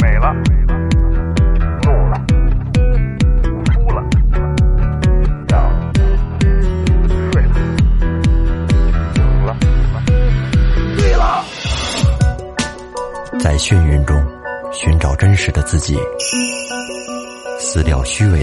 美了，怒了，哭了，笑了，睡了，醒了，醉了。在眩晕中寻找真实的自己，撕掉虚伪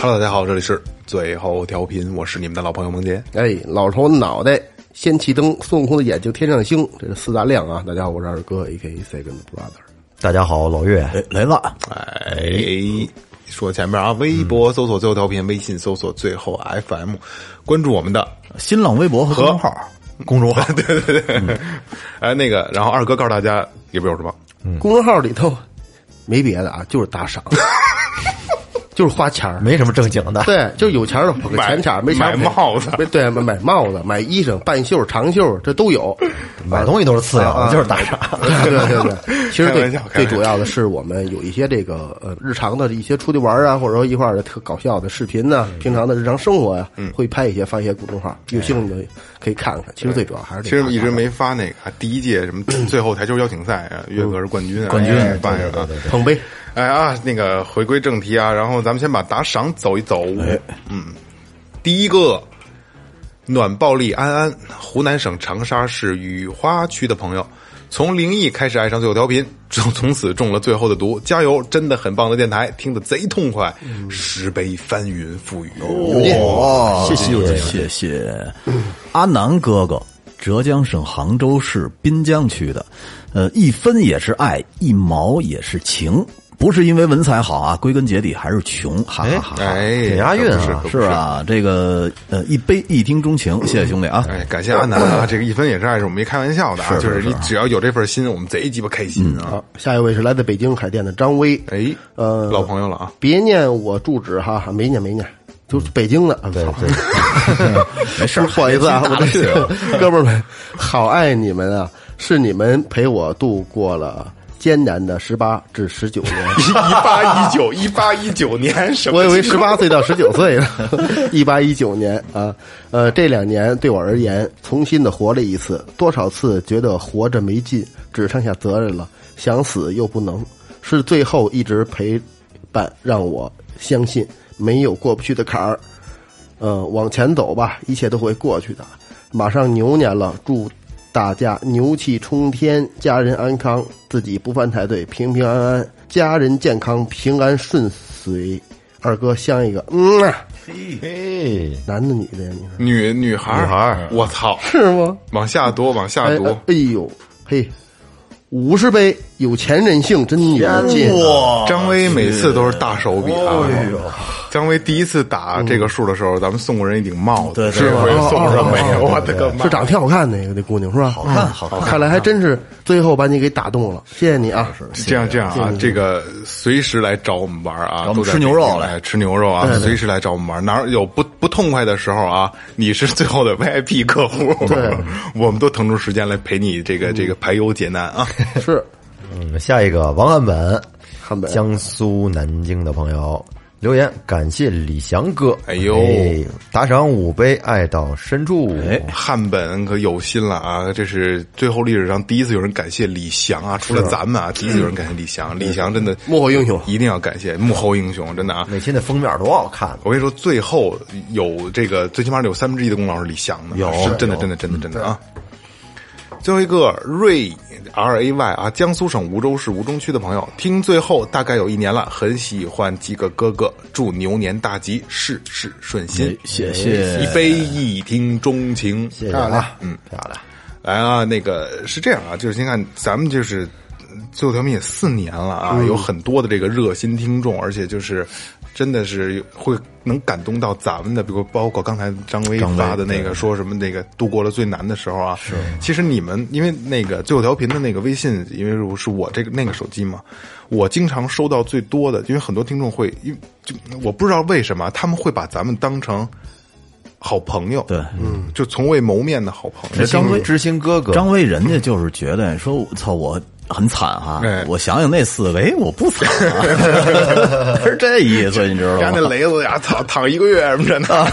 Hello，大家好，这里是最后调频，我是你们的老朋友蒙杰。哎，老头脑袋，仙气灯，孙悟空的眼睛，天上星，这是四大亮啊！大家好，我是二哥，A K Second Brother。大家好，老岳，来了，哎，说前面啊，微博搜索最后调频，微信搜索最后 FM，关注我们的。新浪微博和公众号，嗯公众号 嗯对对对，哎，那个，然后二哥告诉大家里边有什么，公众号里头没别的啊，就是 打赏，就是花钱儿。没什么正经的，对，就是有钱儿的捧个买钱钱儿，没钱儿买捧帽子没对，买买帽子、买衣裳、半袖儿、长袖儿，这都有。买东西都是次要的，就是打赏。 对对对，其实开玩最笑开玩笑最主要的是我们有一些这个呃日常的一些出去玩儿啊，或者说一块儿的特搞笑的视频呢、嗯平常的日常生活呀、会拍一些发一些公众号，有兴趣的可以看看。其实最主要还是其这实个一直没发那个啊第一届什么最后台球邀请赛啊，岳哥是冠军啊，冠军哎办上啊，捧杯。哎啊，那个回归正题啊，然后咱们先把打赏走一走，嗯，第一个。暖暴力安安，湖南省长沙市雨花区的朋友，从灵异开始爱上最后调频，就从此中了最后的毒。加油，真的很棒的电台，听得贼痛快，十杯翻云覆雨。哦，谢谢谢谢， 阿南哥哥，浙江省杭州市滨江区的，呃，一分也是爱，一毛也是情，不是因为文采好啊，归根结底还是穷，哈哈哈哈。哎，挺押韵啊可不是可不吧？这个呃，一杯一听钟情，谢谢兄弟啊！哎，感谢阿南啊，这个一分也是爱，是我们没开玩笑的啊，就是你只要有这份心，我们贼鸡巴开心啊！好，下一位是来自北京海淀的张威。哎，呃，老朋友了啊，别念我住址哈，没念没念，就是北京的。对 对，没事，不好意思啊，我这哥们儿们，好爱你们啊，是你们陪我度过了艰难的十八至十九年。一八一九一八一九年什么？我以为十八岁到十九岁呢，一八一九年啊，呃，这两年对我而言，重新的活了一次，多少次觉得活着没劲，只剩下责任了，想死又不能，是最后一直陪伴，让我相信没有过不去的坎儿。呃，往前走吧，一切都会过去的。马上牛年了，祝大家牛气冲天，家人安康，自己不犯太岁，平平安安，家人健康，平安顺遂。二哥像一个，嗯、啊，嘿，男的女的呀？你说女女孩女女孩儿我操，是吗？往下读，往下哎读，哎呦，嘿，五十杯，有钱任性，真有劲啊。张威每次都是大手笔啊！张威第一次打这个数的时候，咱们送过人一顶帽子，对对这回送上没有？我的个妈！是长得挺好看那个那姑娘是吧？好看，好看，看来还真是最后把你给打动了，谢谢你啊！这样这样啊，这个随时来找我们玩啊，找我们都在吃牛肉北京来哎吃牛肉啊，随时来找我们玩。哪儿有不不痛快的时候啊，你是最后的 VIP 客户，对，我们都腾出时间来陪你这个这个排忧解难啊。是嗯，下一个王汉本，汉本江苏南京的朋友留言，感谢李翔哥，哎呦打赏五杯，爱到深处，哎，汉本可有心了啊！这是最后历史上第一次有人感谢李翔啊，除了咱们啊，第一次有人感谢李翔。李翔真的幕后英雄一定要感谢幕后英雄，真的啊！嗯每期那封面多好看，我跟你说，最后有这个最起码有三分之一的功劳是李翔的，有是真的，真的，真的，真的啊！最后一个瑞 R A Y 啊，江苏省梧州市吴中区的朋友，听最后大概有一年了，很喜欢鸡个哥哥，祝牛年大吉，事事顺心，谢谢一杯一听钟情，谢谢啊，嗯，漂亮，来啊，那个是这样啊，就是先看咱们嗯就是呃最后调频也四年了啊，有很多的这个热心听众，而且就是真的是会能感动到咱们的，比如包括刚才张威张威发的那个说什么那个度过了最难的时候啊。是，其实你们因为那个最后调频的那个微信，因为我是我这个那个手机嘛，我经常收到最多的，因为很多听众会，因为就我不知道为什么他们会把咱们当成好朋友，对嗯，就从未谋面的好朋友。张威知心哥哥，张威人家就是觉得说，我操，我很惨哈、哎我想想那四个，哎，我不惨、啊， 是这意思，你知道家吗那？雷子呀，躺躺一个月什么 的呢，啊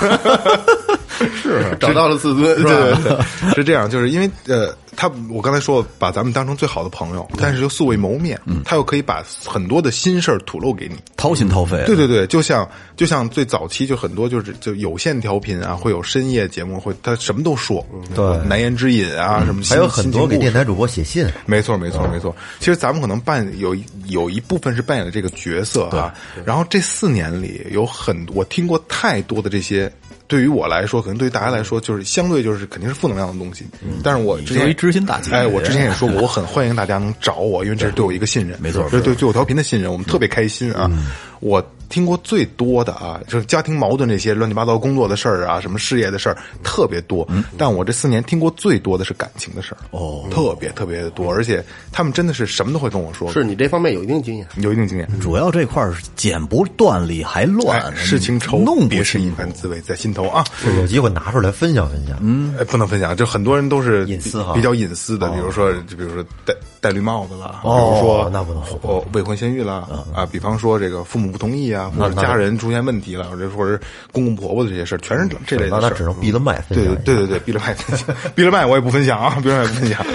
是找到了自尊，对 对对，是这样，就是因为呃，他我刚才说把咱们当成最好的朋友，但是又素未谋面，嗯他又可以把很多的心事儿吐露给你。掏心掏肺，对对对，就像就像最早期就很多就是就有线调频啊，会有深夜节目，会他什么都说，对难言之隐啊，什么嗯还有很多给电台。台主播写信， 没错，没错，嗯没错。其实咱们可能扮有一有一部分是扮演了这个角色啊。然后这四年里，有很我听过太多的这些，对于我来说，可能对于大家来说，就是相对就是肯定是负能量的东西。但是我之嗯作前为知心大姐哎，我之前也说 过，我很欢迎大家能找我，因为这是对我一个信任，没错这是对对我调频的信任，我们特别开心啊。嗯我听过最多的啊，就是家庭矛盾这些乱七八糟工作的事儿啊，什么事业的事儿特别多。但我这四年听过最多的是感情的事儿嗯哦嗯特别特别的多，而且他们真的是什么都会跟我说，是你这方面有一定经验，有一定经验。主要这块儿是剪不断理还哎乱，事情愁，弄别不是一清楚。番滋味在心头啊！有机会拿出来分享分享。嗯，哎，不能分享，就很多人都是隐私哈比较隐私的，比如说，就比如说戴戴绿帽子啦，哦比如说那不能说嗯哦未婚先育啦啊，比方说这个父母不同意啊，或者家人出现问题了，或者或者公公婆婆的这些事儿，全是这这类嗯那的那只事儿能。闭了麦分对享对一下。对对对，闭了麦分 享，闭了麦我也不分享啊，闭了麦不分享。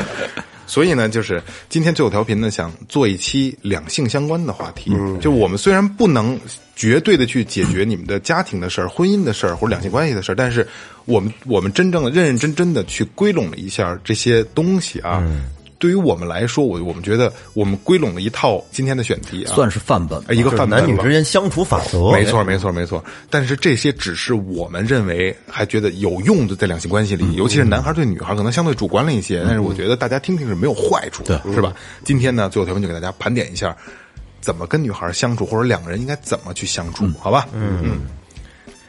所以呢，就是今天最后调频呢，想做一期两性相关的话题。嗯就我们虽然不能绝对的去解决你们的家庭的事儿、婚姻的事儿或者两性关系的事儿，但是我们我们真正的认认真真的去归拢了一下这些东西啊。嗯对于我们来说，我我们觉得我们归拢了一套今天的选题啊，算是范本吧，一个范本男女吧之间相处法则，没错，没错，没错。但是这些只是我们认为还觉得有用的在两性关系里，尤其是男孩对女孩，可能相对主观了一些。但是我觉得大家听听是没有坏处的，是吧？今天呢，最后条文就给大家盘点一下，怎么跟女孩相处，或者两个人应该怎么去相处，好吧？嗯，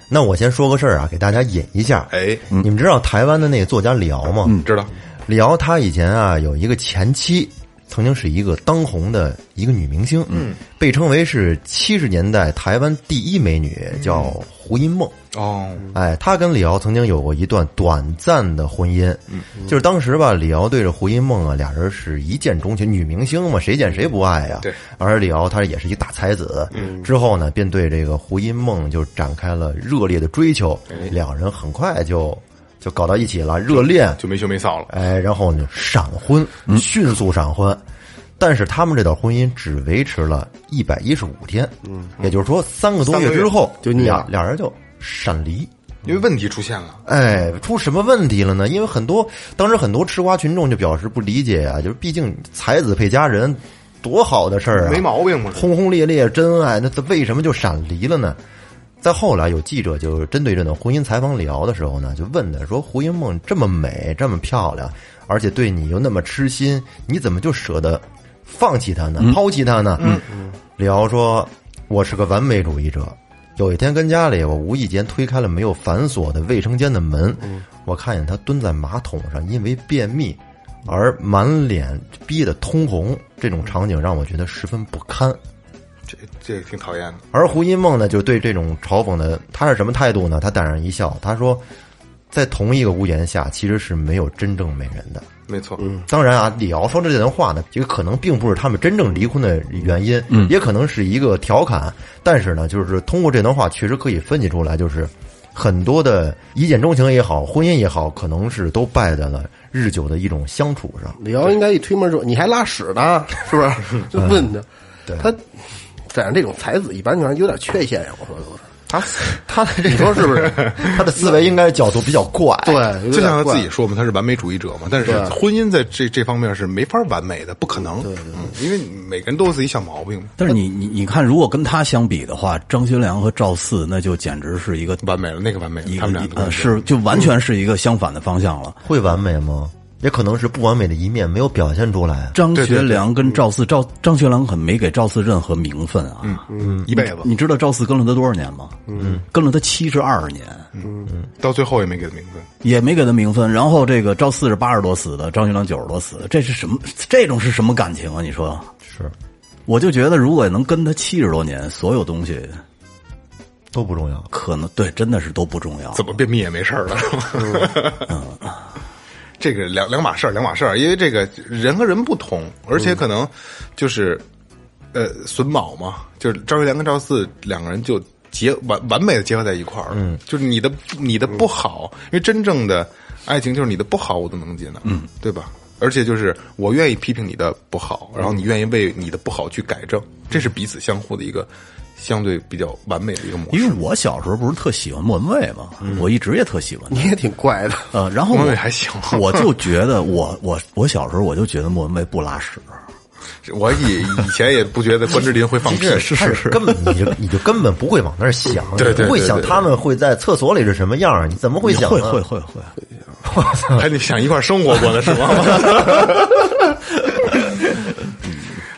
那我先说个事儿啊，给大家引一下。嗯哎你们知道台湾的那个作家李敖吗？嗯，知道。李敖他以前啊有一个前妻，曾经是一个当红的一个女明星，嗯，被称为是七十年代台湾第一美女，叫胡因梦。哦，哎，她跟李敖曾经有过一段短暂的婚姻，就是当时吧，李敖对着胡因梦啊，俩人是一见钟情，女明星嘛，谁见谁不爱呀、对而李敖他也是一大才子，之后呢，便对这个胡因梦就展开了热烈的追求，两人很快就就搞到一起了，热恋，就没羞没臊了。哎，然后呢，闪婚，迅速闪婚。但是他们这段婚姻只维持了一百一十五天，嗯，也就是说三个多三个月月之后，就腻了俩俩人就闪离。因为问题出现了，哎，出什么问题了呢？因为很多当时很多吃瓜群众就表示不理解啊，就是毕竟才子配佳人，多好的事儿啊，没毛病嘛是轰轰烈烈真爱，那他为什么就闪离了呢？再后来有记者就是针对这段婚姻采访李敖的时候呢，就问他说：“胡因梦这么美，这么漂亮，而且对你又那么痴心，你怎么就舍得放弃她呢？抛弃她呢？”嗯李敖说：“我是个完美主义者。有一天跟家里，我无意间推开了没有反锁的卫生间的门，我看见她蹲在马桶上，因为便秘而满脸憋得通红，这种场景让我觉得十分不堪。”这这挺讨厌的。而胡因梦呢，就对这种嘲讽的，他是什么态度呢？他淡然一笑，他说，在同一个屋檐下，其实是没有真正美人的。没错，当然啊，李敖说这段话呢，这个可能并不是他们真正离婚的原因，也可能是一个调侃。但是呢，就是通过这段话，确实可以分析出来，就是很多的一见钟情也好，婚姻也好，可能是都败在了日久的一种相处上。李敖应该一推门说：“你还拉屎呢，是不是？”就问他，他展这种才子一般就是有点缺陷呀。我说都是， 他他的这你说是不是？他的思维应该角度比较怪，对，哎有点就像他怪自己说嘛，他是完美主义者嘛，但是对婚姻在这这方面是没法完美的，不可能。嗯，因为每个人都有自己小毛病嘛。但是你你你看，如果跟他相比的话，张学良和赵四那就简直是一个完美了，那个完美了一，个他啊们俩嗯一都完美呃了是就完全是一个相反的方向了。会完美吗？也可能是不完美的一面没有表现出来。张学良跟赵四，赵张学良可没给赵四任何名分啊。嗯一辈子你知道赵四跟了他多少年吗？嗯，跟了他七十二年，嗯到最后也没给他名分。也没给他名分。然后这个赵四是八十多死的，张学良九十多死的，这是什么？这种是什么感情啊？你说是我就觉得，如果能跟他七十多年，所有东西都不重要。可能对，真的是都不重要。怎么便秘也没嗯事儿了，是吗？这个两两码事儿，两码事儿，因为这个人和人不同，而且可能就是，呃，榫卯嘛，就是张学良跟赵四两个人就结完完美的结合在一块儿了。嗯，就是你的你的不好，因为真正的爱情就是你的不好我都能接纳，嗯，对吧？而且就是我愿意批评你的不好，然后你愿意为你的不好去改正，这是彼此相互的一个相对比较完美的一个模式。因为我小时候不是特喜欢莫文蔚嘛，我一直也特喜欢她。你也挺怪的，呃，然后嗯莫我文蔚还行我就觉得我我我小时候我就觉得莫文蔚不拉屎，我以以前也不觉得关之琳会放屁， 是是是，根本你就你就根本不会往那儿想，对对对你不会想对对他们会在厕所里是什么样儿，你怎么会啊想啊会呢会会会， 还得哎想一块儿生活过呢，是吗？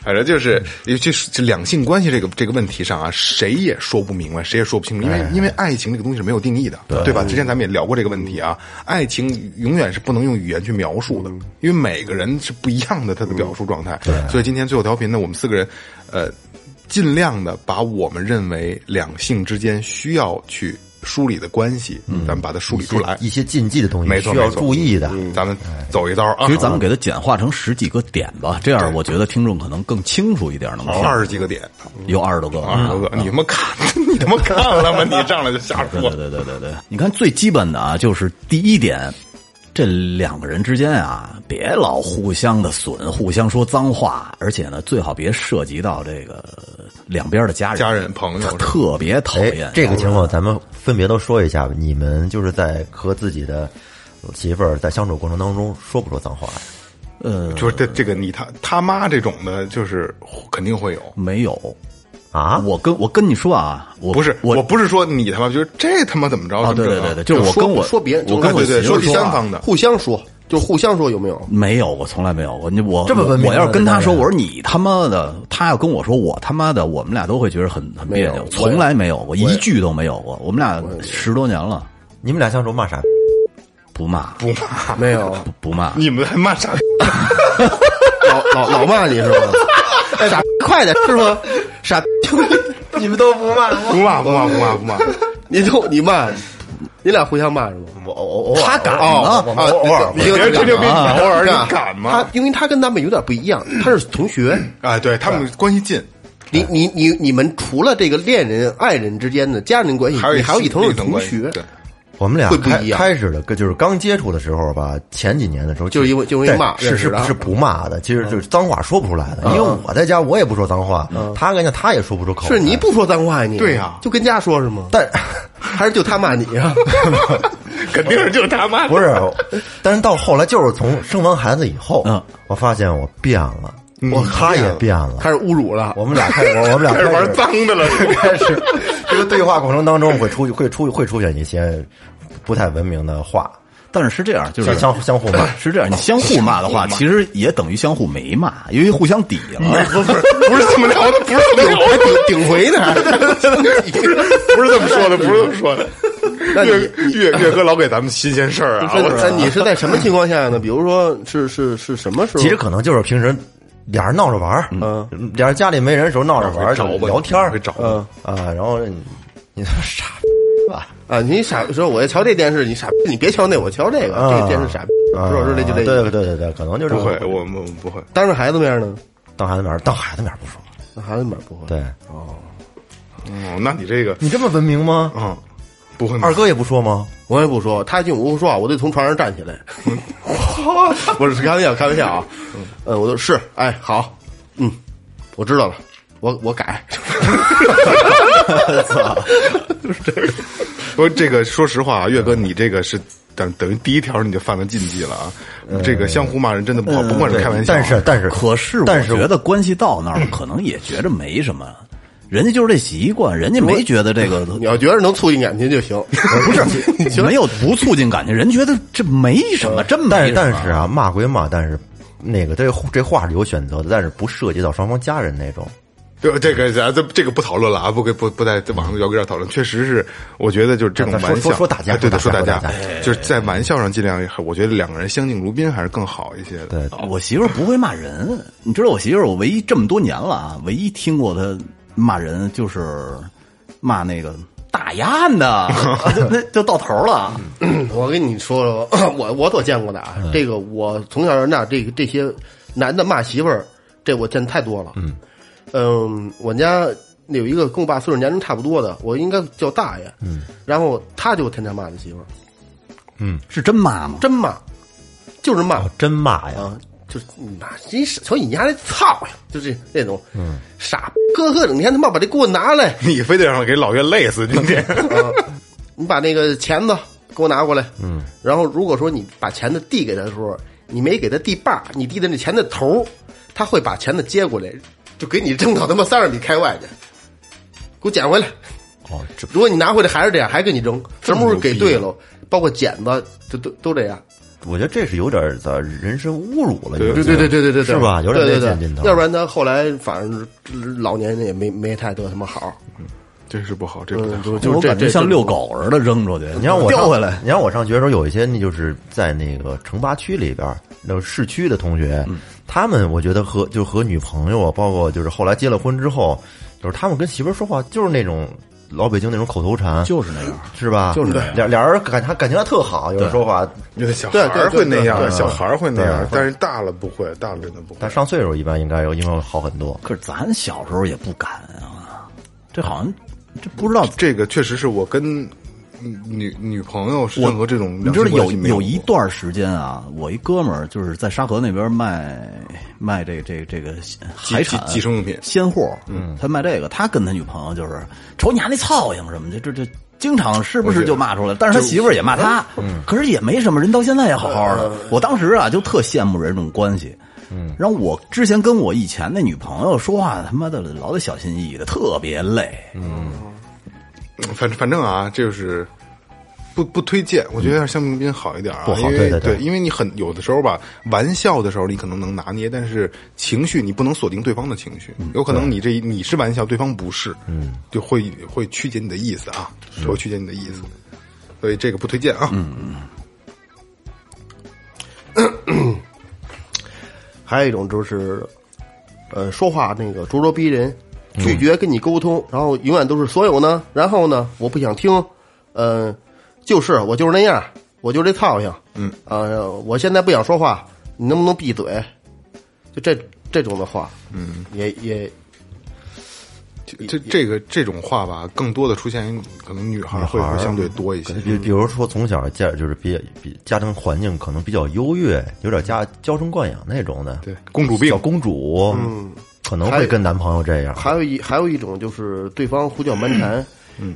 反正哎就是，尤其是这两性关系这个这个问题上啊，谁也说不明白，谁也说不清楚，因为因为爱情这个东西是没有定义的，对吧？之前咱们也聊过这个问题啊，爱情永远是不能用语言去描述的，因为每个人是不一样的他的表述状态。所以今天最后调频呢，我们四个人，呃，尽量的把我们认为两性之间需要去梳理的关系，咱们把它梳理出来，一些禁忌的东没西错需要没错嗯注意的。咱们走一遭啊！其实咱们给它简化成十几个点吧，这样我觉得听众可能更清楚一点，能听二十几个点，有二十多个，二十多个，你他妈看， 你他妈看了吗？你上来就瞎对说对，对对对对，你看最基本的啊，就是第一点，这两个人之间啊，别老互相的损，互相说脏话，而且呢，最好别涉及到这个两边的家人，家人朋友特别讨哎厌，。这个情况咱们分别都说一下吧。你们就是在和自己的媳妇儿在相处过程当中说不说脏话呀？呃就是这这个你他他妈这种的，就是肯定会有。没有啊，我跟我跟你说啊，我不是，我我不是说你他妈，就是这他妈怎么着？啊，怎对么对着对对，就是我说跟我说别人，我跟我对对媳妇说儿第说三啊方的互相说，就互相说有没 有？没有，我从来没有过。你我这么文明我要是跟他说，的男人我说你他妈的，他要跟我说我他妈的，我们俩都会觉得很很别没有扭我，也从来没有过，一句都没有过。我们俩十多年了，你们俩相处骂啥？不骂不没有，不骂，你们还骂啥？ 老老老骂你是吧？哎傻逼快点是吗？傻逼， 你们都不骂，不骂不骂不骂不骂！你就你骂，你俩互相骂是吗？我我我他敢 哦吗？啊，偶尔，你别人吹牛逼，啊你偶尔的你敢吗嗯他？因为他跟咱们有点不一样，他是同学。哎，对他们关系近，你你你你们除了这个恋人、爱人之间的家人关系，还有你还有一层是层同关系学，对我们俩会不开一样开始的，就是刚接触的时候吧，前几年的时候，就是因为就因为骂是认识是的嗯是不骂的，其实就是脏话说不出来的。因为我在家我也不说脏话，他跟人家他也说不出口。是你，不说脏话呀你？对呀就跟家说是吗？ 但还是就他骂你啊？ 肯定是就是他妈。不是，但是到后来就是从生完孩子以后，嗯我发现我变了，我他也变了。开始侮辱嗯了？我们俩开 始，我我们俩开开始始玩脏 的了，开始 这个对话过程当中会出会出会出现一些不太文明的话，但是是这样，就是相 相相互 骂。是这样，你相互骂的话，其实也等于相互没骂，因为互相抵嗯了。不是不是这么聊的，不是这么聊的， 还顶顶回呢？不是 不是这么说的，不是这么说 的。那你岳岳岳哥老给咱们新鲜事儿啊！我那你是在什么情况下呢？比如说是是是什么时候？其实可能就是平时俩人闹着玩儿，嗯，俩人家里没人的时候闹着玩儿，就啊找吧聊天儿会找吧嗯啊，然后你 你他妈傻 吧，啊，你傻说我要瞧这电视，你傻，你别瞧那，我瞧这个，啊这个电视傻，啊是不是这就这？对对对对，可能就是不会，我们不会。当着孩子面呢，当孩子面儿当孩子面儿不说，那孩子面不会。对嗯，那你这个，你这么文明吗？嗯，不会吗二哥也不说吗？我也不说，他一进屋说话，啊我得从床上站 起来。不是开玩笑，开玩笑啊。 嗯，我就是，哎，好，嗯，我知道了，我我改。 不，这个说实话啊，岳哥，你这个是等等于第一条你就犯了禁忌了啊！这个相互骂人真的不好，不管是呃对开玩笑，啊但是但是嗯可是，但是我觉得关系到那儿了，可能也觉着没什么。人家就是这习惯，人家没觉得这个你要觉得能促进感情 就行，不是没有不促进感情，人觉得这没什么，真没但什是么但是啊，骂归骂，但是那个这这话是有选择的，但是不涉及到双方家人那种。对，这个咱这这个不讨论了啊，不跟不不在网上摇杆上讨论，确实是，我觉得就是这种咱玩啊咱笑，说说说打架哎对对，说说打打架架说打，就是在玩笑上尽量，我觉得两个人相敬如宾还是更好一些对，的。我媳妇儿不会骂人，你知道我媳妇儿，我唯一这么多年了啊，唯一听过她骂人就是骂那个大丫的， 那就到头了。我跟你说说，我我所见过的啊，这个我从小到大，这个这些男的骂媳妇儿，这我见太多了。嗯，我们家有一个跟我爸岁数年龄差不多的，我应该叫大爷。嗯，然后他就天天骂他媳妇儿，是真骂吗？真骂，就是骂哦，真骂呀！啊，就是你妈，你瞅你丫这操呀，就是那种，嗯，傻哥哥整天他妈把这给我拿来，啊你非得让给老岳累死，今 天你把那个钳子给我拿过来。嗯，然后如果说你把钳子递给他的时候，你没给他递把，你递的那钳子头儿，他会把钳子接过来，就给你扔到他妈三十米开外去，给我捡回来。哦，这如果你拿回来还是这样，还给你扔，什么时候给对了，啊包括剪子，都都都这样。我觉得这是有点儿在人身侮辱了。对有对点对对对对对，是吧有点对那对劲劲头对，要不然他后来反正老年人也没没太得什么好，嗯真是不好，这不太好。就就我这感觉这像遛狗似的扔出去，你让我上叼回来。你让我上学的时候，有一些那就是在那个城八区里边儿，那种市区的同学，他们我觉得和就和女朋友啊，包括就是后来结了婚之后，就是他们跟媳妇儿说话，就是那种老北京那种口头禅，就是那样，是吧？就是那样俩俩人感还感情还特好，有人说话，因为小孩对对儿对会那样，对对小孩儿会那样对，但是大了不会，大了真的不会但。上岁数一般应该有，因为好很多。可是咱小时候也不敢啊，这好像这不知道。这个确实是我跟嗯女女朋友是任何这种你两知性道关有系没有一过段时间啊，我一哥们儿就是在沙河那边卖卖这这这个海寄产寄生用品鲜货，嗯，他卖这个，他跟他女朋友就是瞅你家那操性什么的，这这经常是不是就骂出来？但是他媳妇儿也骂他，嗯可是也没什么，人到现在也好好的。我当时啊就特羡慕人这种关系。嗯，然后我之前跟我以前那女朋友说话，他妈的老得小心翼翼的，特别累。反正反正啊，这就是不不推荐。我觉得还是香槟冰好一点啊，不好因为对对对因为你很有的时候吧，玩笑的时候你可能能拿捏，但是情绪你不能锁定对方的情绪，有可能你这一你是玩笑，对方不是，嗯，就会会曲解你的意思啊，会曲解你的意思，所以这个不推荐啊。还有一种就是，呃，说话那个咄咄逼人，拒绝跟你沟通，然后永远都是所有呢，然后呢，我不想听，呃，就是我就是那样，我就这操性，嗯，呃，我现在不想说话，你能不能闭嘴？就这这种的话，嗯，也也这这个这种话吧，更多的出现于可能女孩儿会女孩儿会相对多一些。比比如说从小家就是比比家庭环境可能比较优越，有点家娇生惯养那种的，对，公主病小，公主，嗯，可能还会跟男朋友这样。还有一还有一种就是对方胡搅蛮缠，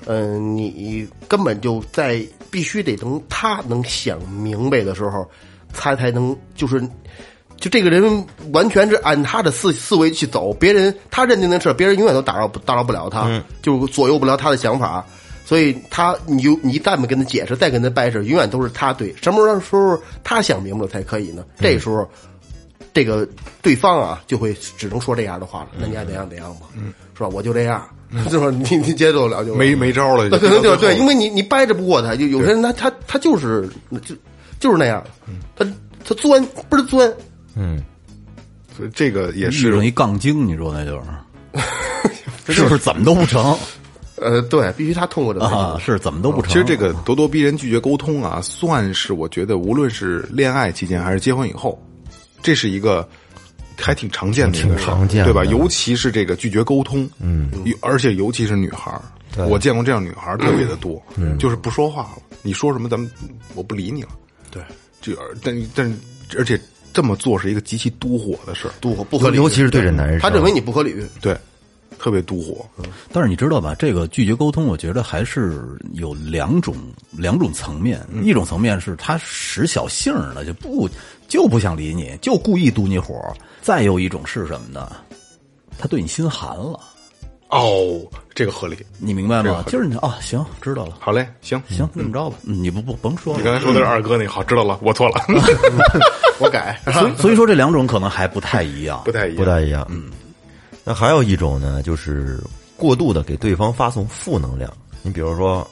嗯、你根本就在必须得等他能想明白的时候，他才能就是，就这个人完全是按他的思思维去走，别人他认定的事儿，别人永远都打扰不打扰不了他，嗯就是左右不了他的想法。所以他，你就你一旦没跟他解释，再跟他掰扯，永远都是他对。什么时候他想明白了才可以呢？嗯这时候这个对方啊，就会只能说这样的话了。那你爱怎样怎样吧，是吧？我就这样， 是吧？你你接受了就嗯没没招了，呃那可能就 对，因为为你你掰着不过他，就有些人他他他就是就就是那样，嗯他他钻不是钻，嗯，这个也遇是上一杠精，你说那就是， 是不是怎么都不成呃，对，必须他痛苦的啊？是怎么都不成。其实这个咄咄逼人、拒绝沟通啊，算是我觉得无论是恋爱期间还是结婚以后，这是一个还挺常见的一个事儿，挺常见的对吧？尤其是这个拒绝沟通，嗯，而且尤其是女孩儿，我见过这样女孩儿特别的多，就是不说话了，你说什么咱们我不理你了，对，这而但但而且这么做是一个极其妒火的事儿，不不合理，尤其是对这男生，他认为你不合理，对，特别妒火，但是你知道吧？这个拒绝沟通，我觉得还是有两种两种层面。一种层面是他使小性儿呢，就不就不想理你，就故意堵你火儿；再有一种是什么呢？他对你心寒了，哦，这个合理。你明白吗？就是你哦，行，知道了，好嘞，行行，那么着吧，嗯你不不甭说你刚了。才说的是二哥那个，好，知道了，我错了， 我改。所以所以说这两种可能还不太一样 不。太一不样。太一样。嗯，那还有一种呢，就是过度的给对方发送负能量。你比如说，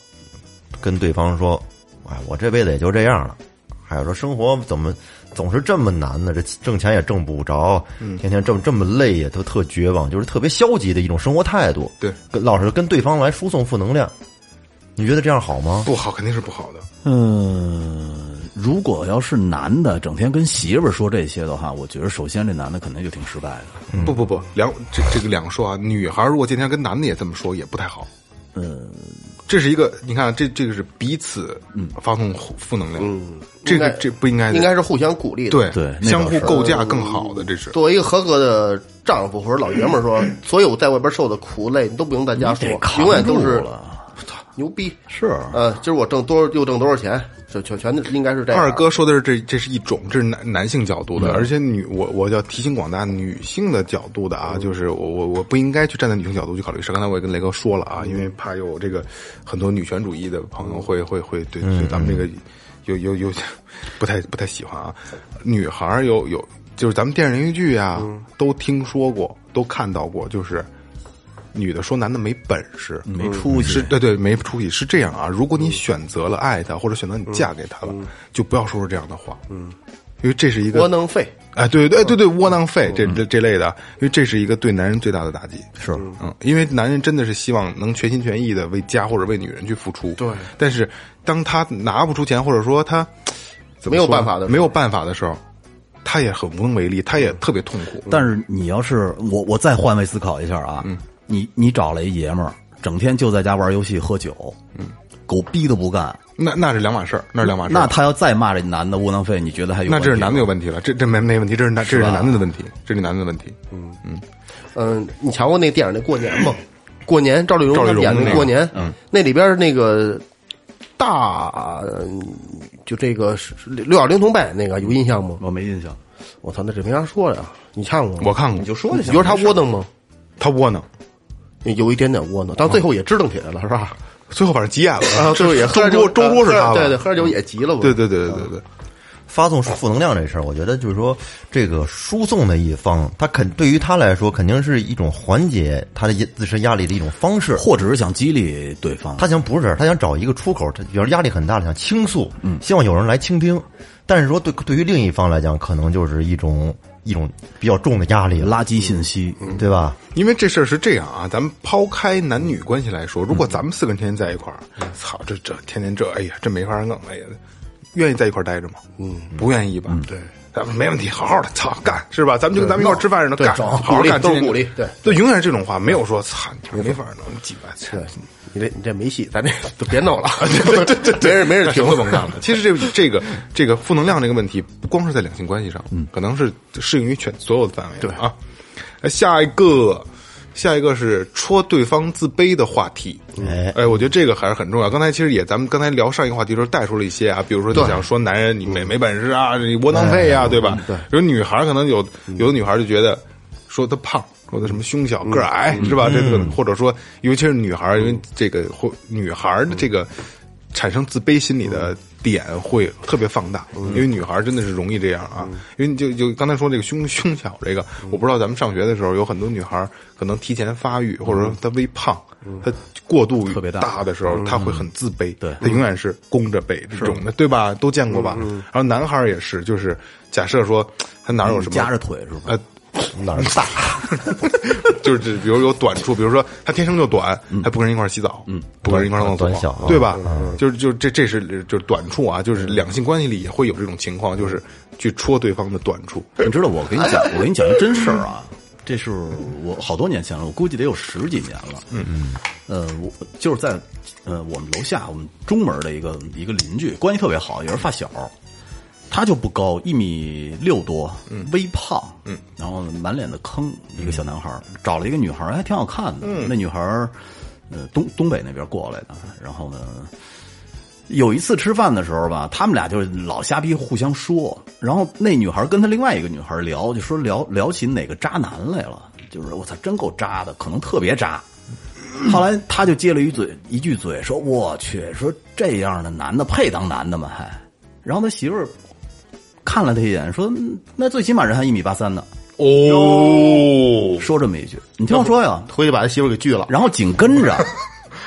跟对方说：“哎，我这辈子也就这样了。”还有说生活怎么总是这么难呢？这挣钱也挣不着，天天这么这么累呀，都特绝望，就是特别消极的一种生活态度。对，跟老是跟对方来输送负能量，你觉得这样好吗？不好肯定是不好的，嗯，如果要是男的整天跟媳妇儿说这些的话，我觉得首先这男的肯定就挺失败的。不不不，两这这个两说啊，女孩如果今天跟男的也这么说，也不太好。嗯，这是一个，你看，这这个是彼此发送负能量，嗯，这个应该这不应该的，应该是互相鼓励的。哎对对那倒相互是构架更好的，这是作为一个合格的丈夫或者老爷们儿说，所有在外边受的苦累，你都不用在家说得，扛永远都是住了牛逼。是呃，今儿我挣多少，又挣多少钱，就全全应该是这样。二哥说的是这这是一种，这是男男性角度的，而且女我我要提醒广大女性的角度的啊，就是我我我不应该去站在女性角度去考虑事。刚才我也跟雷哥说了啊，因为怕有这个很多女权主义的朋友会会会对对咱们这个有有有 不太不太喜欢啊。女孩儿有有就是咱们电视连续剧啊都听说过，都看到过，就是女的说男的没本事，嗯没出息是对对，没出息是这样啊。如果你选择了爱他，或者选择你嫁给他了，就不要说出这样的话，嗯，因为这是一嗯窝个囊嗯废，哎，对对对对，窝囊废这这这类的，因为这是一个对男人最大的打击，是嗯，因为男人真的是希望能全心全意的为家或者为女人去付出，对，但是当他拿不出钱，或者说他怎么没有说呢办法的时候嗯没有办法的时候，他也很无能为力，他也特别痛苦，但是你要是我，我再换位思考一下啊，嗯你你找了一爷们儿，整天就在家玩游戏喝酒，嗯，狗逼都不干，那那是两码事儿，那是两码事儿，那他要再骂这男的窝囊废，你觉得还有？那这是男的有，问题了，这这没没问题，这是男这是吧男的的问题，这是男的的问题。嗯，嗯，你瞧过那电影那过年吗？过年赵丽蓉赵丽她蓉演那那个过年，嗯，那里边那个大嗯就这个是六小龄童扮演那个有印象吗？我没印象。我操，那这没啥说的呀，啊你看过吗？我看过，你就说就你行。觉得他窝囊吗？他窝囊，有一点点窝囊，但最后也支棱起来了，是吧？最后反正急眼了。啊，最后也喝周点周酒，周桌是他吧？对对，喝点酒也急了吧？对对对对对对，发送负能量这事儿，我觉得就是说，这个输送的一方，他肯对于他来说，肯定是一种缓解他的自身压力的一种方式。或者是想激励对方，他想不是，他想找一个出口，他比如压力很大了，想倾诉，希望有人来倾听。但是说对对于另一方来讲，可能就是一种一种比较重的压力了，垃圾信息，嗯对吧？因为这事儿是这样啊，咱们抛开男女关系来说，如果咱们四个人天天在一块儿，操，这这天天这，哎呀，这没法弄，哎呀，愿意在一块儿待着吗？嗯，不愿意吧？对。咱们没问题，好好的，操干是吧？咱们就跟咱们一块儿吃饭似的，对干，找好好鼓励干，都是今天鼓励对对，永远是这种话，没有说操，你没法弄，你几百次对，你这你这没戏，咱这就别弄了，对对对，没人没人挺听会膨胀的。其实这个这个这个负能量这个问题，不光是在两性关系上，嗯，可能是适用于全所有的范围。对啊，哎下一个。下一个是戳对方自卑的话题，哎，我觉得这个还是很重要。刚才其实也，咱们刚才聊上一个话题的时候带出了一些啊，比如说就想说男人你没没本事啊，你窝囊废啊，对吧？对，嗯有女孩可能有有的女孩就觉得说她胖，说她什么胸小个儿矮是吧？这个或者说，尤其是女孩，因为这个或女孩的这个产生自卑心理的点会特别放大，因为女孩真的是容易这样啊。因为你就就刚才说这个胸胸小这个，我不知道咱们上学的时候有很多女孩可能提前发育，或者说她微胖，她过度特别大大的时候，她会很自卑，对她永远是弓着背这种的，对吧？都见过吧？然后男孩也是，就是假设说他哪有什么夹着腿是吧？呃，哪儿大？ 就是这比如有短处，比如说他天生就短，还不跟人一块儿洗澡，嗯，不跟人一块儿弄短澡小啊对吧？就是就是这这是就是短处啊，就是两性关系里也会有这种情况，就是去戳对方的短处。你知道我给你 讲，我给你讲个真事儿啊，这是我好多年前了，我估计得有十几年了。嗯嗯，呃，我就是在呃我们楼下我们中门的一个一个邻居，关系特别好，也是发小。他就不高，一米六多，微胖，嗯，然后满脸的坑，一个小男孩儿，找了一个女孩儿，还挺好看的。那女孩儿，呃，东东北那边过来的。然后呢，有一次吃饭的时候吧，他们俩就老瞎逼互相说，然后那女孩跟她另外一个女孩聊，就说聊聊起哪个渣男来了，就是我操，真够渣的，可能特别渣。后来他就接了一嘴一句嘴，说：“我去，说这样的男的配当男的吗？还？”然后他媳妇儿看了他一眼，说：“嗯那最起码人还一米八三呢。哦”，说这么一句，你听我说呀。回去把他媳妇儿给拒了。然后紧跟着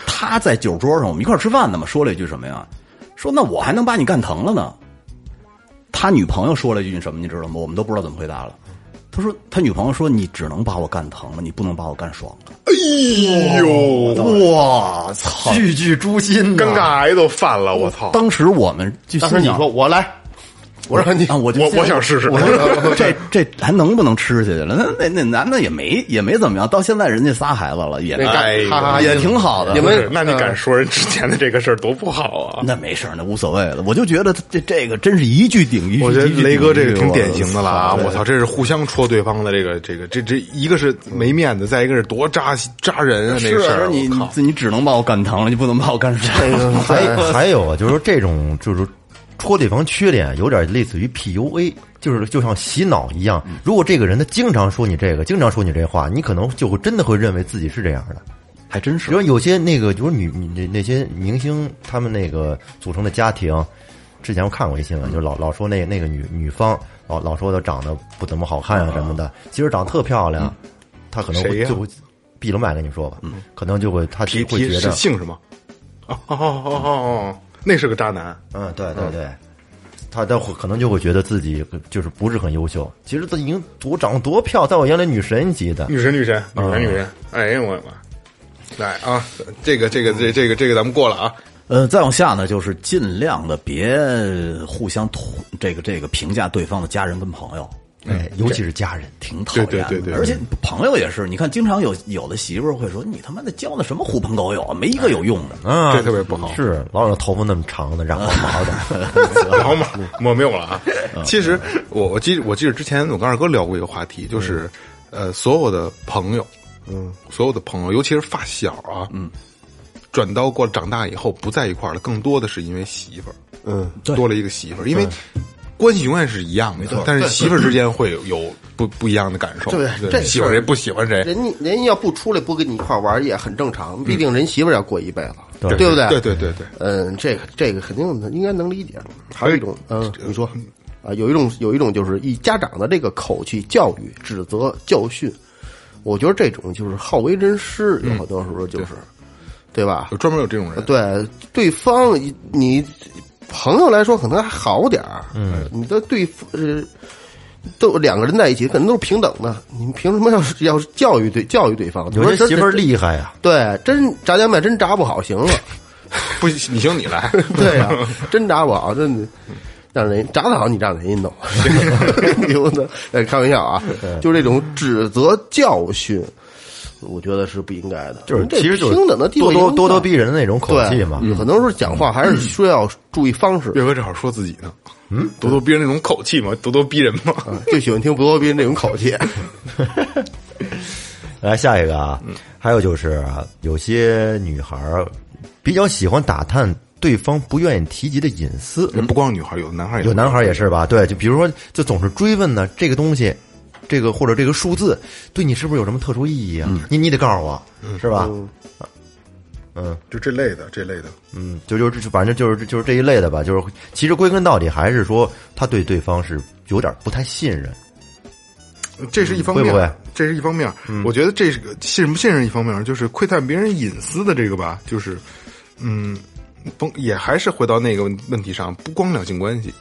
他在酒桌上，我们一块儿吃饭呢嘛，说了一句什么呀？说那我还能把你干疼了呢。他女朋友说了一句什么，你知道吗？我们都不知道怎么回答了。他说他女朋友说你只能把我干疼了，你不能把我干爽啊了。哎呦，我操，句句诛心呐，尴尬癌都犯了，我操！当时我们就当时心你想说我来，我让你啊，我就我我想试试我 说这这还能不能吃下去了？那那那男的也没也没怎么样，到现在人家仨孩子了，也干哎哈呀，哈也挺好的。你不们是，那你敢说人之前的这个事儿多不好啊？ 那没事儿，那无所谓了。我就觉得这这个真是一句顶一句。我觉得一句顶雷哥一句这个挺典型的了啊！我我操操，这是互相戳对方的这个这个这这，一个是没面子，再一个是多扎扎人啊！那是个事啊儿，你我靠！哎你你只能把我干疼了，你不能把我干傻。呃 还还有啊，就是说这种就是戳对方缺点，有点类似于 PUA，就是就像洗脑一样。嗯如果这个人他经常说你这个，经常说你这话，你可能就会真的会认为自己是这样的。还真比是如有些那个，就是女女那那些明星他们那个组成的家庭，之前我看过一新嗯闻，就老老说那个那个女女方老老说她长得不怎么好看啊什么的，其实长得特漂亮，她可能嗯谁会呀就会闭了麦跟你说吧，可能就会她提就会提觉是得，姓什么？哦哦哦哦哦，那是个渣男。嗯，对对对，她她会可能就会觉得自己就是不是很优秀，其实她已经我长得多漂亮，在我眼里女神级的，女神，女神，女神，女神！哎呀，我的妈！来啊，这个，这个，这，这个，这个，咱们过了啊。 呃，再往下呢，就是尽量的别互相吐这个这个评价对方的家人跟朋友。哎，尤其是家人，挺讨厌的，对对对对对而且朋友也是，你看，经常有有的媳妇儿会说：“你他妈的交的什么狐朋狗友啊，没一个有用的。哎啊，嗯这特别不好是老有头发那么长的染黄毛 的，然后嘛，我没有了啊。 其实我我记我记得之前我跟二哥聊过一个话题，就是呃，所有的朋友，嗯，所有的朋友，尤其是发小啊，嗯，转到过长大以后不在一块儿了，更多的是因为媳妇儿，嗯，对多了一个媳妇儿，因为关系永远是一样的，但是媳妇儿之间会有有不不一样的感受，对这喜欢事儿谁不喜欢谁，人家人家要不出来不跟你一块玩儿也很正常，毕竟人媳妇儿要过一辈子，对不对？嗯对对对对，嗯，这个这个肯定的应该能理解。还有一种，嗯，你说啊，有一种有一种就是以家长的这个口气教育、指责、教训，我觉得这种就是好为人师，有很多时候就是，对吧有？专门有这种人，对，对方你朋友来说可能还好点儿，嗯，你的对呃，都两个人在一起，可能都是平等的，你们凭什么要是要是教育对教育对方？有些媳妇儿这厉害啊呀、对，真炸酱面真炸不好行了，不，你行你 来， 对呀、真炸不好，真的让人炸得好，你让人家弄， 牛的，哎，开玩笑啊，就是这种指责教训，我觉得是不应该的，就是这其实就是平等的地位咄咄应该咄咄逼人的那种口气嘛。嗯对，很多时候讲话还是说要注意方式，岳哥正好说自己呢，嗯，咄咄逼人那种口气嘛，咄咄逼人嘛，就喜欢听咄咄逼人这种口气。来下一个啊，嗯还有就是啊有些女孩儿比较喜欢打探对方不愿意提及的隐私，不光女孩，有的男孩也有男孩儿也是吧？对，就比如说，就总是追问呢这个东西，这个或者这个数字对你是不是有什么特殊意义啊？嗯你你得告诉我，是哦吧？就这类的，这类的，嗯，就就是就反正就是就是这一类的吧，就是其实归根到底还是说他对对方是有点不太信任，这是一方嗯面，啊会不会嗯这是一方面。我觉得这是个信任不信任一方面，啊就是窥探别人隐私的这个吧，就是，嗯，甭也还是回到那个问问题上，不光两性关系，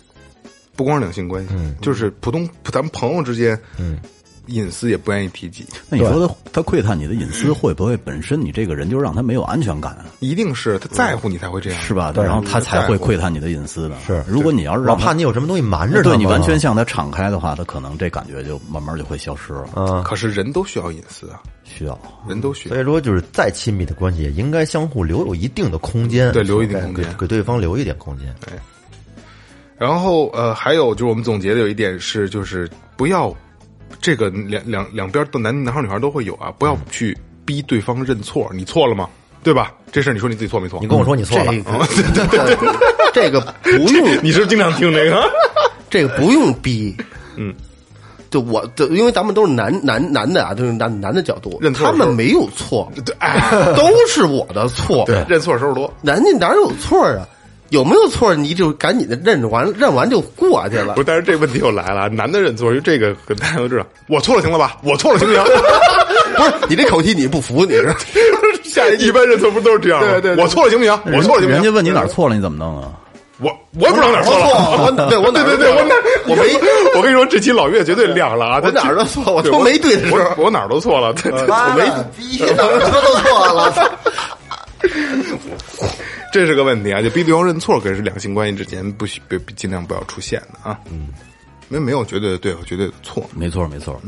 不光两性关系，嗯就是普通咱们朋友之间，嗯，隐私也不愿意提及，那你说他他窥探你的隐私，会不会本身你这个人就让他没有安全感啊、一定是他在乎你才会这样，是？吧？然后他才会窥探你的隐私的。是如果你要是老让怕他你有什么东西瞒着他对你嘛完全向他敞开的话，他可能这感觉就慢慢就会消失了。啊。可是人都需要隐私啊，需要人都需要所，以说，就是再亲密的关系，也应该相互留有一定的空间，对留一定空间嗯给给对方留一点空间。然后呃，还有就是我们总结的有一点是，就是不要这个两两两边的男男孩女孩都会有啊，不要去逼对方认错，你错了吗？对吧？这事儿你说你自己错没错？你跟我说 你错了，这个 这个不用，你是不是经常听这个？这个不用逼，嗯，就我就因为咱们都是男男男的啊，就是男男的角度认，错的他时候们没有错，对，哎， 都是我的错。对认错时候多。人家哪有错啊？有没有错？你就赶紧的认完，认完就过去了不，。但是这问题又来了，男的认错，因为这个大家都知道，我错了行了吧？我错了行不行？不是你这口气，你不服？你是下一一般认错不都是这样吗？对对对我错了行不行？我错了行不人行？家问你哪儿错了，你怎么弄啊？我我也不知道哪儿错了。我对 我哪对儿对对， 我哪儿我没我跟你说，这期老岳绝对亮了啊！我哪儿都错我说没对的时候嗯我我哪儿都错了， 对对妈的逼，怎么说都错 了，这是个问题啊！就逼对方认错，可是两性关系之间不许别尽量不要出现的啊。嗯，因为没有绝对的对和绝对的错。没错，没错。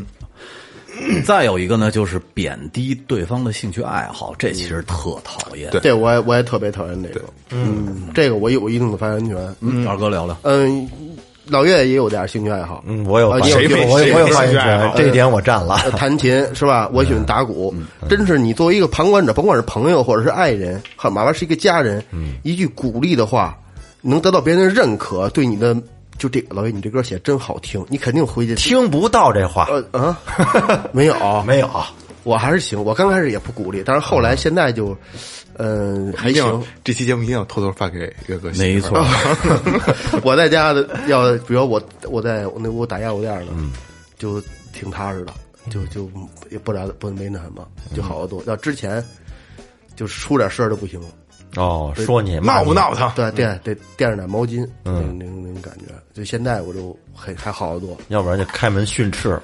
再有一个呢，就是贬低对方的兴趣爱好，这其实特讨厌。对这我也我也特别讨厌这个，嗯，这个我有一定的发言权。嗯，二哥聊聊。嗯，老岳也有点兴趣爱好，嗯，我有啊发你有言谁权，没我谁有我有没啊发言兴趣爱权，好这一点我占了。呃弹琴是吧？我喜欢打鼓，真是你作为一个旁观者，甭管是朋友或者是爱人，很哪怕是一个家人，一句鼓励的话，能得到别人的认可，对你的就这个老岳，你这歌写真好听，你肯定回去。听不到这话，呃啊， 没有，啊没有，我还是行。我刚开始也不鼓励，但是后来现在就，嗯、还一定要行。这期节目一定要偷偷发给岳哥媳妇儿。没错，嗯 我在家的要，比如我我在我那屋打药物店呢，就挺踏实的，就就也不然不没那什么，就好得多。要之前就是出点事儿就不行了，哦，说你骂呃闹你不？闹腾？对对对，垫着点毛巾，嗯，那种那种感觉。就现在我就还还好得多。要不然就开门训斥。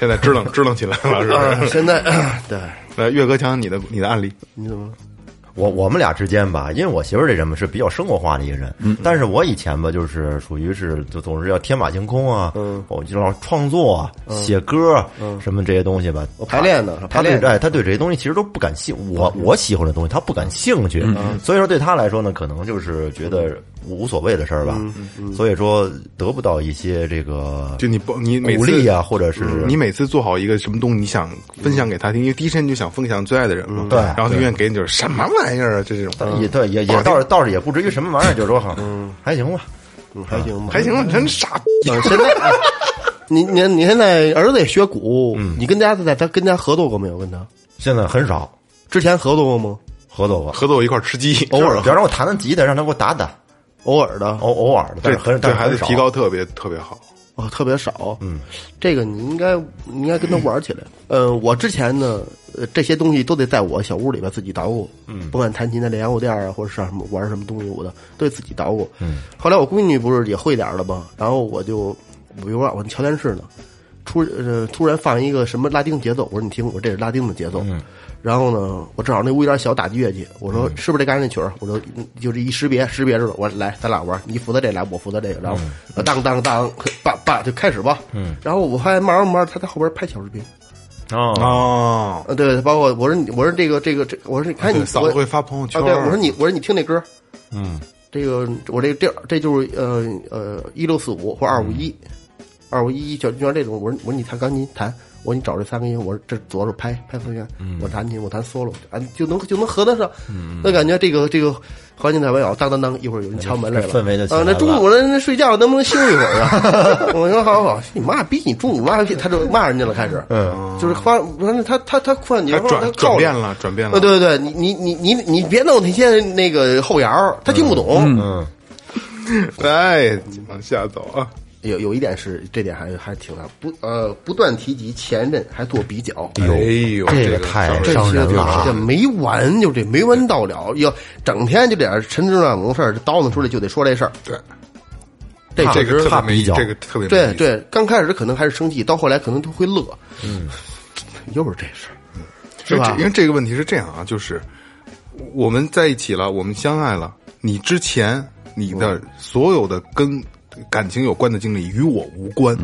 现在支棱支棱起来了，是吧？啊 现在对，来，岳哥讲讲你的你的案例。你怎么？我我们俩之间吧，因为我媳妇儿这人嘛是比较生活化的一个人，嗯但是我以前吧就是属于是就总是要天马行空啊，嗯我就老创作、啊、写歌、啊什么这些东西吧。哦我排练呢他排练对哎，他对这些东西其实都不感兴，我嗯我喜欢的东西他不感兴趣，所以说对他来说呢，可能就是觉得无所谓的事儿吧，所以说得不到一些这个嗯就你不你每次嗯鼓励啊，或者是你每次做好一个什么东西，你想分享给他听，因为第一时间你就想分享最爱的人嘛。嗯对然后他永远给你就是什么玩意儿啊，就这但种呃也对，也也倒是倒是也不至于什么玩意儿，就说哈，还行吧。嗯还行吧，还行吧，真傻。嗯，现在，哎你你你现在儿子也学鼓，你跟家在他跟家合作过没有？跟他现在很少之前合作过吗？合 作过，合作我一块儿吃鸡，偶尔比方说我弹弹吉他，让他给我打打，偶尔的偶偶尔的，但对是很但对是孩很子少提高特别特别好。哦，特别少。嗯，这个你应该你应该跟他玩起来。 嗯，我之前呢，呃，这些东西都得在我小屋里边自己捣鼓。嗯，不管弹琴的练油店啊，或者上什么玩什么东西，我的都得自己捣鼓。嗯，后来我闺女不是也会点儿了吗？然后我就，比如说我瞧电视呢，突呃突然放一个什么拉丁节奏，我说你听，我说这是拉丁的节奏。嗯。然后呢，我正好那屋有点小打击乐器，我说是不是这刚才那曲儿？我说嗯就这一识别识别着了，我说来，咱俩玩，你负责这来，我负责这个，然后呃当当当，爸爸就开始吧。嗯。然后我发现慢慢慢慢，他在后边拍小视频。哦，哦，呃，对，包括我说你，我说这个这个这，我说你哎看你对嫂我子会发哦朋友圈啊，对，我说你，我说你听这歌，嗯，这个我这这这就是呃呃一六四五或二五一，嗯二五一一就就像这种，我说我说你弹钢琴弹，我说你找这三个音，我说这左手拍拍四弦，嗯我弹琴我弹 solo，啊就能就能合得上，那感觉这个这个环境太美好，当当当，一会儿有人敲门来了，这氛围就起来啊，了那中午人家睡觉能不能休息会儿 啊？我说好好，你妈逼你中午妈逼，他就骂人家了开始，嗯，就是发反正他他他困，你他让转告转你变了，转变了。啊，对对对，你你你你你别弄那些那个后摇儿，他听不懂。嗯，哎，往下走啊，有有一点是这点还还挺大，不呃不断提及前任，还做比较。哎呦，这个个太上这伤些人就了是啊这没完，就这没完到了，要整天就点陈芝麻事儿，这叨叨出来就得说这事儿。对，这啊这个特别怕没比较这个特别没对意思，对，刚开始可能还是生气，到后来可能都会乐。嗯，又是这事儿，是因为吧这因为这个问题是这样啊，就是我们在一起了，我们相爱了，你之前你嗯的所有的跟感情有关的经历与我无关，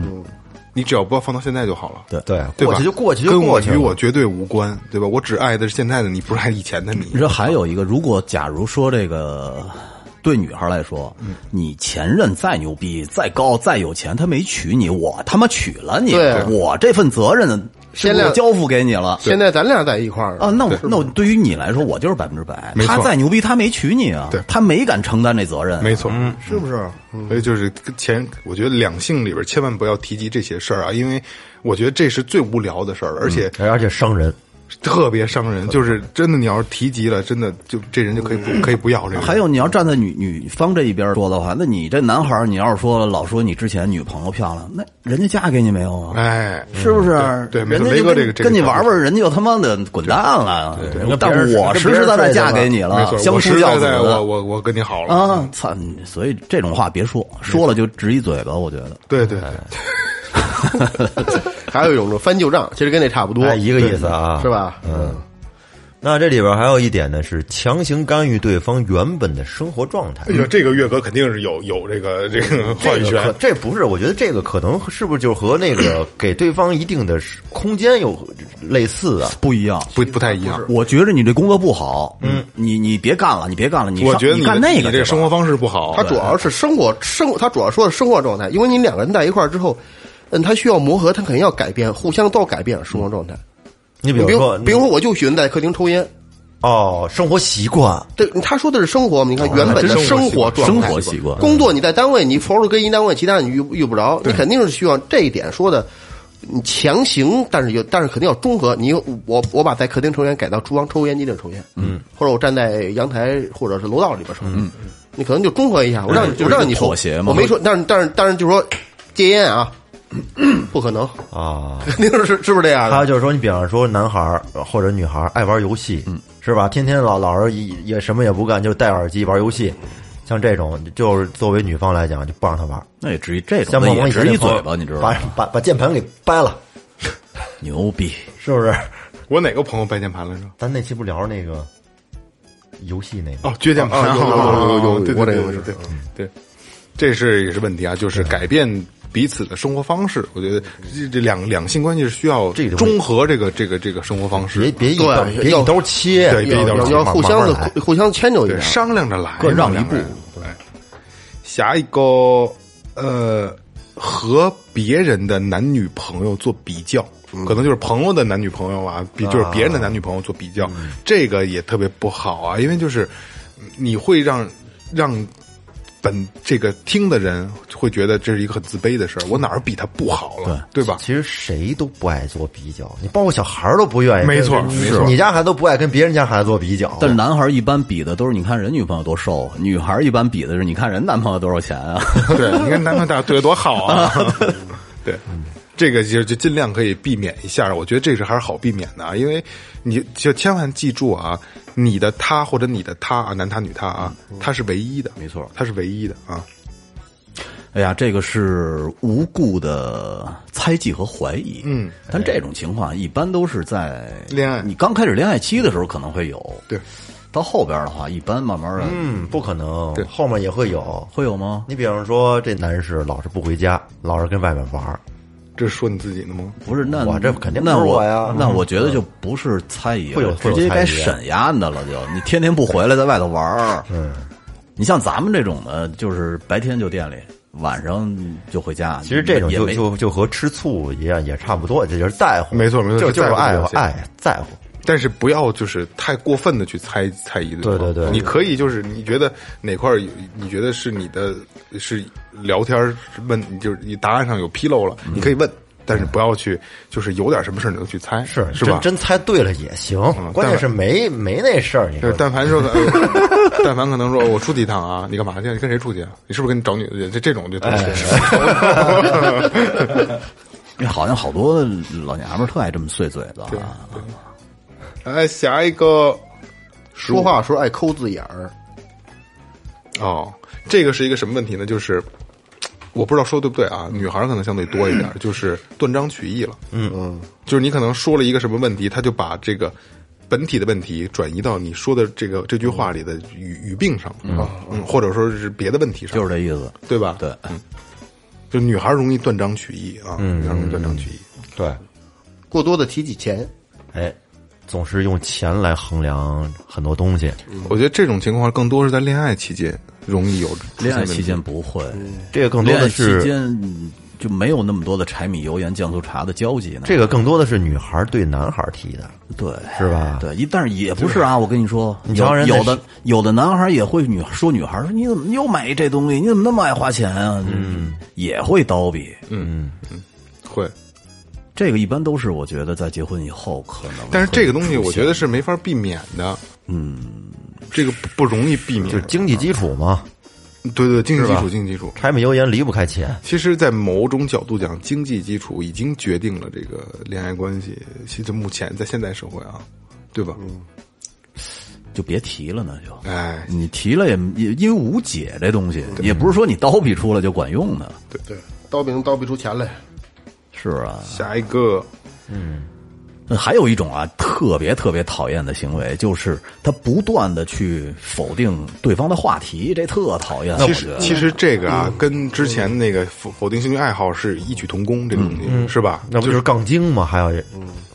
你只要不要放到现在就好了。对嗯对，对吧过去就过去就跟我过去与了，我绝对无关，对吧？我只爱的是现在的你，不是爱以前的你你。说还有一个，如果假如说这个对女孩来说，你前任再牛逼、再高、再有钱，他没娶你，我他妈娶了你，对我这份责任是不是现在我交付给你了。现在咱俩在一块儿哦啊，那我那我对于你来说，我就是百分之百。没错他再牛逼，他没娶你啊，对他没敢承担这责任啊、没错，嗯嗯是不是？所以就是前，我觉得两性里边千万不要提及这些事儿啊，因为我觉得这是最无聊的事嗯儿，而且而且伤人。特别伤人。就是真的，你要是提及了，真的就这人就可以不可以不要这个人。还有，你要站在女女方这一边说的话，那你这男孩儿，你要是说老说你之前女朋友漂亮，那人家嫁给你没有啊？哎，是不是？对对没错雷人家就哥跟这个这个跟你角度玩玩，人家就他妈的滚蛋了。啊跟别但人我跟实别实人在在睡嫁去给了你没了，错，相我夫实教在子在我我我跟你好了。啊！操，所以这种话别说，说了就直一嘴巴。我觉得对对，对还有一种翻旧账，其实跟那差不多，哎一个意思啊是吧？嗯，那这里边还有一点呢，是强行干预对方原本的生活状态。哎呦，这个岳哥肯定是有有这个 这个话这语个可权。这不是，我觉得这个可能是不是就和那 个给对方一定的空间有类似啊？不一样。不不太一样，我觉着你这工作不好，嗯，你你别干了，你别干了，你上我觉得你的干那你个这去个吧生活方式不好，他主要是生活生，他主要说的生活状态，因为你两个人在一块儿之后，嗯，他需要磨合，他肯定要改变，互相都要改变生活状态。你比比如如说，，比如说，我就喜欢在客厅抽烟。哦，生活习惯，对，他说的是生活嘛？你哦看原本的生活状态、生活习惯工作你在单位，你除了跟一单位，其他你遇遇不着，你肯定是需要这一点说的。你强行，但是有，但是肯定要中和。你我我把在客厅抽烟改到厨房抽烟机里抽烟，嗯，或者我站在阳台或者是楼道里边抽，嗯，你可能就中和一下。我让你，就是我让你一个抽妥协嘛我没说，但是但是但是就说戒烟啊，不可能，哦啊。肯定是是不是这样还有的？就是说，你比方说男孩儿或者女孩儿爱玩游戏，嗯是吧？天天老老是也也什么也不干，就戴耳机玩游戏，像这种就是作为女方来讲就不让他玩，那也直一这像种，孟那萌也以前直那一朋友嘴巴，你知道把吗？把把键盘给掰了，牛逼！是不是？ 我哪个朋友掰键盘来着？咱那期不聊那个游戏那个哦，倔强啊，有有有有对我这对个对对对，这是也是问题啊，就是改变彼此的生活方式。我觉得这这两两性关系是需要这个东西中和这个这个这个生活方别式，别一对刀别要一刀切，对别一刀要切要互相慢的慢来互相迁就一对，下。商量着来，各让商一量着来步。对，下一个呃，和别人的男女朋友做比较。嗯可能就是朋友的男女朋友啊，比就是别人的男女朋友做比较，嗯这个也特别不好啊，因为就是你会让让本这个听的人会觉得这是一个很自卑的事儿，我哪儿比他不好了，对吧？其实谁都不爱做比较，你包括小孩儿都不愿意跟。没错没错你家孩子都不爱跟别人家孩子做比较。但是男孩一般比的都是你看人女朋友多瘦，女孩一般比的是你看人男朋友多少钱啊？ 对，你看男朋友对多好 啊！对，这个就就尽量可以避免一下，我觉得这是还是好避免的啊，因为你就千万记住啊，你的他或者你的他啊，男他女他啊，嗯他是唯一的，没错他是唯一的啊。哎呀，这个是无故的猜忌和怀疑。嗯，但这种情况一般都是在恋爱你刚开始恋爱期的时候可能会有，对，到后边的话，一般慢慢的嗯，不可能对，后面也会有。会有吗？你比方说，这男士老是不回家，老是跟外面玩儿，这是说你自己的吗？不是，那我这肯定那不是我我呀那我觉得就不是猜疑了，会有会直有接该猜疑审案的了就。 你天天不回来，在外头玩儿，嗯，你像咱们这种的，就是白天就店里，晚上就回家。其实这种也就没就就和吃醋一样，也差不多，这就是在乎。没错没错就就是在乎爱这护个东西爱在乎。但是不要就是太过分的去猜猜疑对方对对你可以就是你觉得哪块儿有你觉得是你的是聊天儿问，就是你答案上有纰漏了，嗯你可以问，但是不要去就是有点什么事儿你就去猜，是是真吧？真猜对了也行，嗯关键是没没那事儿。你对说，但凡说，呃但凡可能说，我出去一趟啊，你干嘛去？你跟谁出去啊？你是不是跟你找女的去？这这种就特别因为好像好多老娘们儿特爱这么碎嘴子啊。哎，下一个说话的时候爱抠字眼儿，哦，这个是一个什么问题呢？就是我不知道说对不对啊，女孩儿可能相对多一点儿，就是断章取义了。嗯嗯，就是你可能说了一个什么问题，他就把这个本体的问题转移到你说的这个这句话里的语语病上啊，嗯，或者说是别的问题上，就是这意思，对吧？嗯对，就女孩儿容易断章取义啊，女孩儿容易断章取义。对，过多的提起钱，哎，总是用钱来衡量很多东西。我觉得这种情况更多是在恋爱期间容易有出现恋爱问题期间不会，嗯这个更多恋爱的期是间就没有那么多的柴米油盐酱醋茶的交集呢。这个更多的是女孩对男孩提的，对是吧对，一但是也不是啊，我跟你说，你瞧人有家有的是有的男孩也会女说女孩说你怎么又买这东西？你怎么那么爱花钱啊？嗯，也会叨逼。会。这个一般都是我觉得在结婚以后可能，但是这个东西我觉得是没法避免的，嗯，这个不不容易避免，就是经济基础嘛，对对，经济基是础，吧经济基础。柴米油盐离不开钱。其实，在某种角度讲，经济基础已经决定了这个恋爱关系。其实目前在现代社会啊，对吧？就别提了呢，就哎，你提了也也因为无解这东西，也不是说你叨逼出来就管用的，对，刀饼刀不出钱来， 是啊。下一个，那还有一种啊，特别特别讨厌的行为，就是他不断的去否定对方的话题，这特讨厌。其我实觉得其实这个啊，跟之前那个否否定兴趣爱好是异曲同工，这个东西是吧？那不就是杠精吗？还有一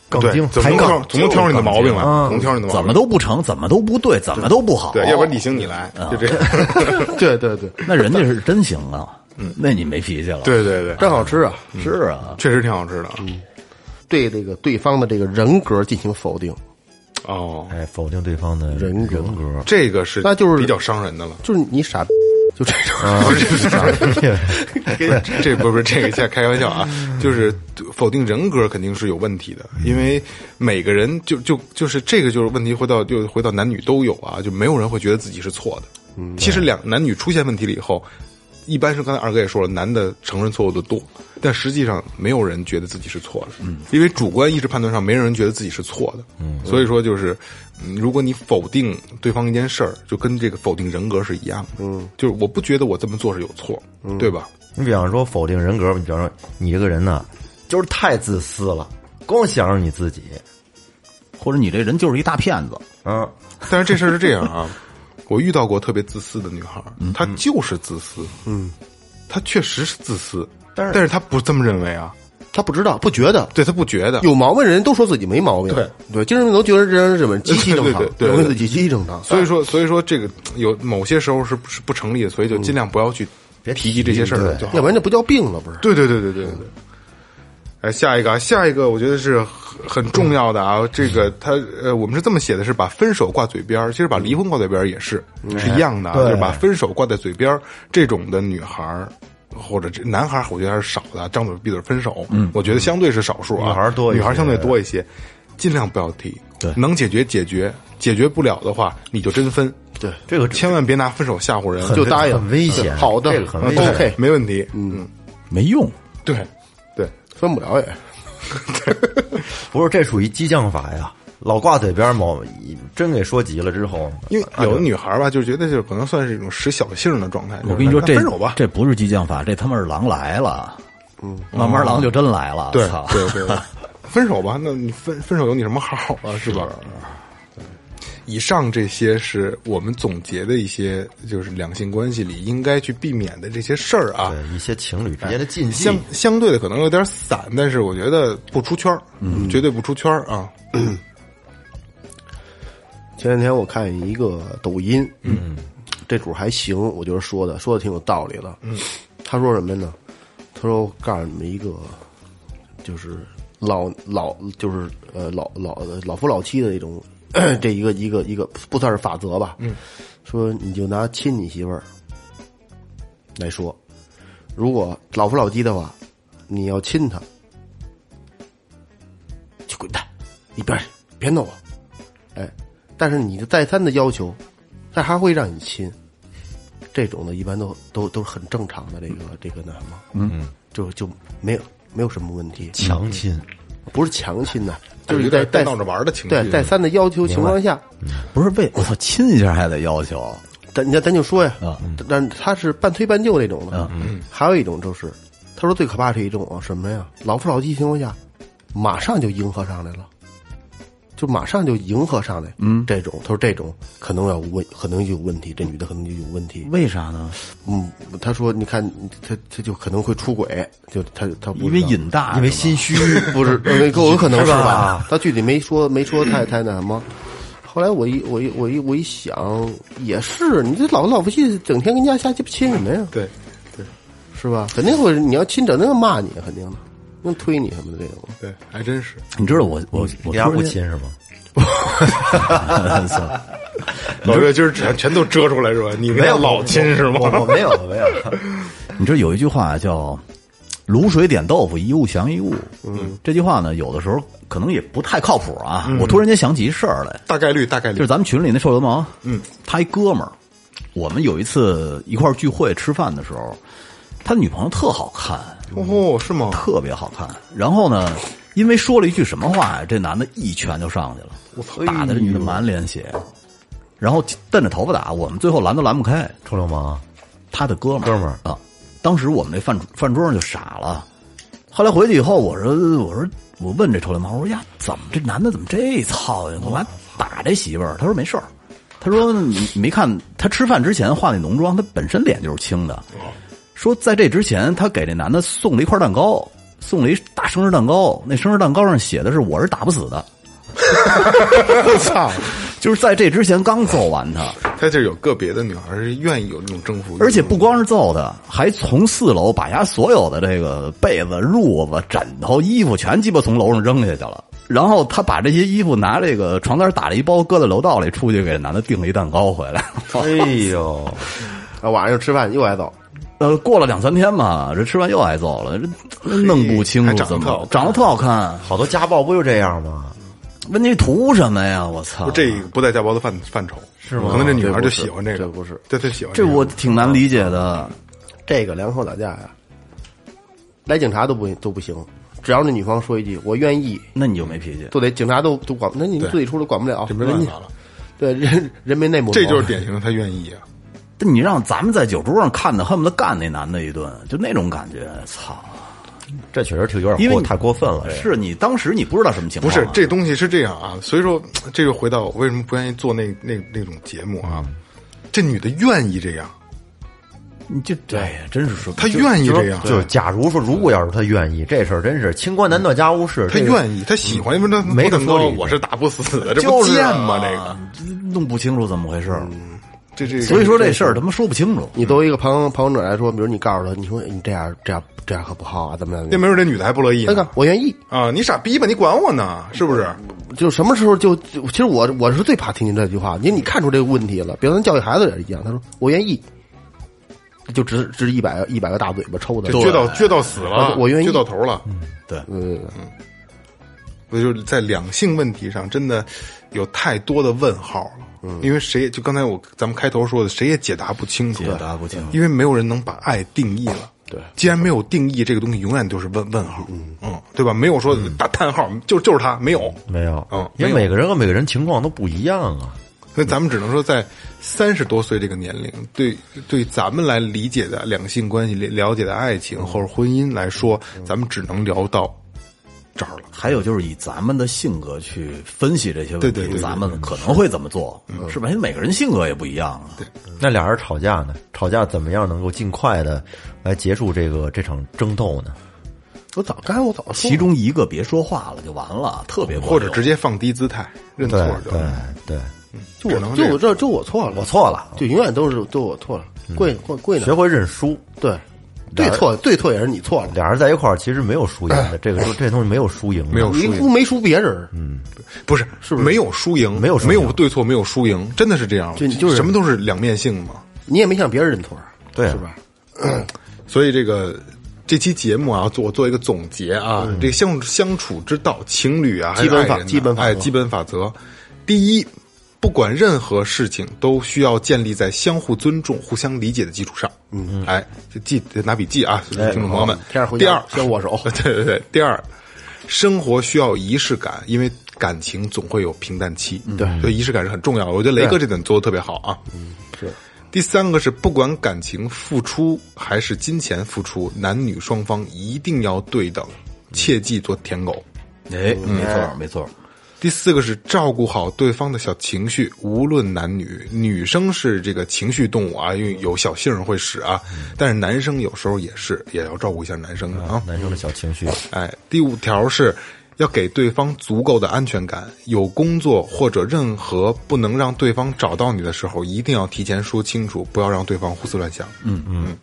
杠对，精，总抬能挑杠，总能挑出你的毛病来，啊总能挑出你的毛病，怎么都不成，怎么都不对，怎么都不好。对，要不然你哦行你来，哦就这样。对对对，那人家是真行啊，嗯，那你没脾气了。，对对 嗯对，真好吃啊！是啊，确实挺好吃的。对这个对方的这个人格进行否定，哦，哎，否定对方的人格人格， 这个是那就是比较伤人的了。就是你傻逼，就这种，这 这不是这个，在开玩笑啊，就是否定人格肯定是有问题的，因为每个人就就就是这个就是问题，回到就回到男女都有啊，就没有人会觉得自己是错的。其实两男女出现问题了以后，一般是刚才二哥也说了，男的承认错误的多，但实际上没有人觉得自己是错的，因为主观意识判断上没有人觉得自己是错的，所以说就是。嗯如果你否定对方一件事儿，就跟这个否定人格是一样的。嗯，就是我不觉得我这么做是有错，对吧？你比方说否定人格，你比方说你这个人呢，就是太自私了，光想着你自己，或者你这人就是一大骗子，嗯，但是这事儿是这样啊，我遇到过特别自私的女孩儿，她就是自私，嗯，她确实是自私，但是但是她不这么认为啊，他不知道不觉得。对她不觉得，有毛病的人都说自己没毛病，对对，精神病都觉得这人怎么极其正常对，对对对认为自己极其正常，啊所以说所以说这个有某些时候是不是不成立的，所以就尽量不要去别提提及这些事儿对就好要不然这不叫病了，不是？对对对对对对对。哎，下一个啊，下一个我觉得是很很重要的啊。这个嗯他呃，我们是这么写的，是把分手挂嘴边儿，其实把离婚挂嘴边儿也是、嗯是一样的、哎啊，就是把分手挂在嘴边儿。这种的女孩儿或者这男孩儿，我觉得还是少的啊，张嘴闭嘴分手，嗯，我觉得相对是少数啊，女孩儿多一些女孩儿相对多一些，尽量不要提，对能解决解决，解决不了的话你就真分，对，这个千万别拿分手吓唬人，就答应，很危险对好的，这个很危险 OK，没问题，嗯，没用。对对，分不了也，不是这属于激将法呀，老挂嘴边儿某真给说急了之后，因为有的女孩儿吧，就觉得就是可能算是一种使小性儿的状态。我跟你说，就是这嗯那分手吧，这不是激将法，这他妈是狼来了。嗯，慢慢狼就真来了。对操对对， 对分手吧，那你分分手有你什么好啊？是吧？以上这些是我们总结的一些，就是两性关系里应该去避免的这些事儿啊。对一些情侣之间的禁哎忌相，相对的可能有点散，但是我觉得不出圈儿，嗯，绝对不出圈儿啊。前两天我看一个抖音，嗯，这主还行，我觉得说的说的挺有道理的。嗯，他说什么呢？他说我告诉你们一个，就是老老就是呃老老老夫老妻的一种 这一个一个一个不算是法则吧。嗯，说你就拿亲你媳妇儿来说，如果老夫老妻的话，你要亲她，就滚蛋，一边儿去，别弄我。哎，但是你的再三的要求，他还会让你亲，这种的一般都都都是很正常的这个这个那什么，嗯，就就没有没有什么问题，嗯强亲，不是强亲呐，就就是是有点在带在闹着玩儿的情绪对再三的要求情况下，不是为我操亲一下还得要求，咱你看咱就说呀啊，嗯但他是半推半就那种的，还有一种就是，他说最可怕是一种啊什么呀，老夫老妻情况下，马上就迎合上来了。就马上就迎合上来，嗯，这种他说这种可能要问，可能就有问题，这女的可能就有问题，为啥呢？嗯，他说你看他他就可能会出轨，就他他不因为知道瘾大，因为是吧心虚，嗯不是， 呃可有可能是是吧吧？他具体没说，没说太太那什么。后来我一我一我一我一想，也是，你这老夫老夫妻整天跟家瞎鸡巴亲什么呀？对，是吧？肯定会，你要亲整，那个骂你，肯定的，能推你什么的这种。对，还真是。你知道我我你我俩突不然亲间，是吗？ 算了老岳今儿全全都遮出来是吧？你们俩老亲是吗？我 我没有没有，你知道有一句话叫“卤水点豆腐，一物降一物”。嗯，这句话呢，有的时候可能也不太靠谱啊。我突然间想起一事儿来，大概率，大概率就是咱们群里那臭流氓，嗯，他一哥们儿，我们有一次一块儿聚会吃饭的时候，他女朋友特好看，哦，是吗？特别好看。然后呢，因为说了一句什么话，这男的一拳就上去了，我哎操，打的这女的满脸血，然后蹬着头发打，我们最后拦都拦不开。臭流氓，他的哥们儿，哥们儿啊。当时我们这饭饭桌上就傻了。后来回去以后，我说我说我问这臭流氓，我说哎呀，怎么这男的怎么这操性？干嘛打这媳妇儿？他说没事儿。他说你你没看他吃饭之前化那浓妆，他本身脸就是青的。说在这之前，他给这男的送了一块蛋糕，送了一大生日蛋糕。那生日蛋糕上写的是我是打不死的。我操！就是在这之前刚揍完他，他这有个别的女孩是愿意有这种征服欲，而且不光是揍的，还从四楼把家所有的这个被子、褥子、枕头、衣服全鸡巴从楼上扔下去了。然后他把这些衣服拿这个床单打了一包，搁在楼道里，出去给男的订了一蛋糕回来。 哎呦，啊，晚上又吃饭又挨揍，呃，过了两三天吧，这吃完又挨揍了，这弄不清还楚长得怎特好么看长得特好看。好多家暴不就这样吗？问题图什么呀？我操！不这不在家暴的范范畴，是吗可能这女孩就这不是喜欢个，这这不是，对，她喜欢这个我挺难理解的。这个两口打架呀、来警察都不都不行，只要那女方说一句“我愿意那你就没脾气”，。都得警察都都管，那你们自己出来管不了，这没办法了，对人人民内幕，这就是典型的她愿意啊。但你让咱们在酒桌上看的，恨不得干那男的一顿，就那种感觉。操！这确实挺有因点为过你太过分了，这是你当时你不知道什么情不况、啊是这东西是这样啊，所以说这就回到我为什么不愿意做那那那种节目啊。嗯这女的愿意这样，你就哎呀，真是说她愿意这样，就假如说，如果要是他愿意，这事儿真是清官难断家务事。她这个愿意，嗯她喜欢，因为她没不得能说说理我是打不死的，这不就是贱啊吗？这个，弄不清楚怎么回事儿，这这个，所以嗯说这事儿他妈说不清楚。你作为一个旁旁观者来说，比如你告诉他，你说你这样这样这样可不好啊，怎么样？那没准这女的还不乐意呢那个我愿意，啊！你傻逼吧？你管我呢？是不是？就什么时候就就其实我我是最怕听见这句话，因为你看出这个问题了。比如咱教育孩子也是一样，他说我愿意，就直直一百一百个大嘴巴抽他这。撅到撅到死了，我愿意撅到头了。对，嗯，我就是在两性问题上真的有太多的问号了。嗯，因为谁也就刚才我咱们开头说的，谁也解答不清楚，解答不清楚因为没有人能把爱定义了。对，既然没有定义，这个东西永远都是问问号，嗯对吧？没有说打叹号，就就是他没有。没有，嗯因为没每个人和每个人情况都不一样啊。所以咱们只能说，在三十多岁这个年龄，对对咱们来理解的两性关系、了了解的爱情或者婚姻来说，咱们只能聊到这儿了。还有就是以咱们的性格去分析这些问对题，对对对咱们可能会怎么做，是吧？因为每个人性格也不一样啊。那俩人吵架呢？吵架怎么样能够尽快的来结束这个这场争斗呢？我早刚才我早说了其中一个别说话了就完了，特别管或者用直接放低姿态认错对就对对，就只能我这就样我这就我错了，我错了，就永远都是都我错了，跪跪跪学呢，会认输。对对错对错也是你错了，俩人在一块儿其实没有输赢的，这个这东西没有输赢的，没有输你赢不没输别人，不是，是不是没有输赢，没有输赢没有对错，没有输赢，真的是这样，就就是什么都是两面性嘛。你也没向别人认错，对啊是吧？所以这个这期节目啊，做我做一个总结啊，这个相相处之道，情侣啊，还是嗯基本法爱人啊基本法嗯则哎，基本法则，第一，不管任何事情都需要建立在相互尊重、互相理解的基础上。嗯，哎，就记拿笔记啊，听众朋友们好哎哦天上。回第家二，先握手 对对对，第二。生活需要仪式感，因为感情总会有平淡期，对，所以仪式感是很重要的。我觉得雷哥这点做的特别好啊。第三个是，不管感情付出还是金钱付出，男女双方一定要对等，切忌做舔狗。哎，没错没错，第四个是照顾好对方的小情绪，无论男女，女生是这个情绪动物啊，因为有小性儿会使啊，但是男生有时候也是，也要照顾一下男生的啊。男生的小情绪。哎，第五条是要给对方足够的安全感，有工作或者任何不能让对方找到你的时候，一定要提前说清楚，不要让对方胡思乱想。嗯嗯。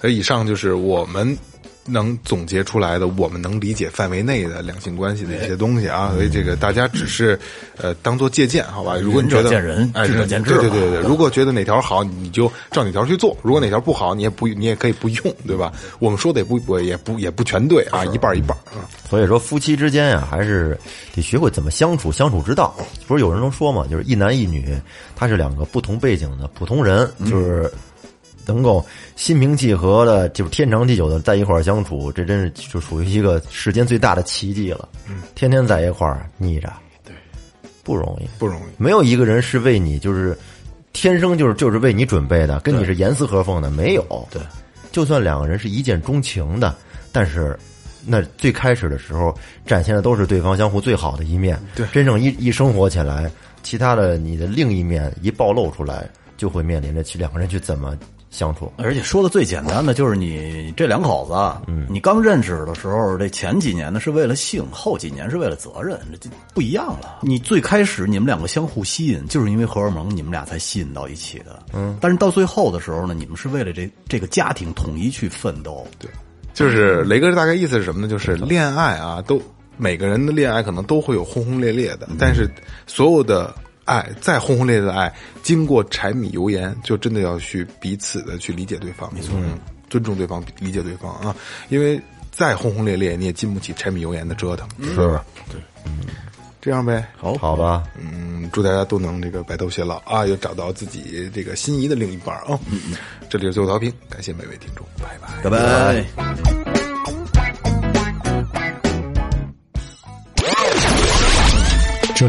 所以以上就是我们能总结出来的，我们能理解范围内的两性关系的一些东西啊。哎所以这个大家只是呃当做借鉴，好吧？如果你觉得仁者哎哎见仁智者见智对对吧对对， 如果觉得哪条好，你就照哪条去做；如果哪条不好，你也不你也可以不用，对吧？我们说的也不不也不也不全对啊，一半儿一半儿啊。所以说夫妻之间啊，还是得学会怎么相处，相处之道。不是有人能说嘛，就是一男一女，他是两个不同背景的普通人，就是能够心平气和的，就是天长地久的在一块儿相处，这真是就属于一个世间最大的奇迹了。天天在一块儿腻着，对，不容易，不容易。没有一个人是为你就是天生就是就是为你准备的，跟你是严丝合缝的，没有。对，就算两个人是一见钟情的，但是那最开始的时候展现的都是对方相互最好的一面。对真正一一生活起来，其他的你的另一面一暴露出来，就会面临着去两个人去怎么相处。而且说的最简单的就是你这两口子，嗯，你刚认识的时候，这前几年呢是为了性，后几年是为了责任，这就不一样了。你最开始你们两个相互吸引，就是因为荷尔蒙，你们俩才吸引到一起的。嗯，但是到最后的时候呢，你们是为了这这个家庭统一去奋斗。对，就是雷哥大概意思是什么呢？就是恋爱啊，都每个人的恋爱可能都会有轰轰烈烈的，但是所有的爱，再轰轰烈烈的爱，经过柴米油盐，就真的要去彼此的去理解对方，没错，尊重对方，理解对方啊，因为再轰轰烈烈，你也经不起柴米油盐的折腾，是，这样呗。好好吧，嗯，祝大家都能这个白头偕老啊，又找到自己这个心仪的另一半啊。这里是最后调频，感谢每位听众，拜拜。拜拜。这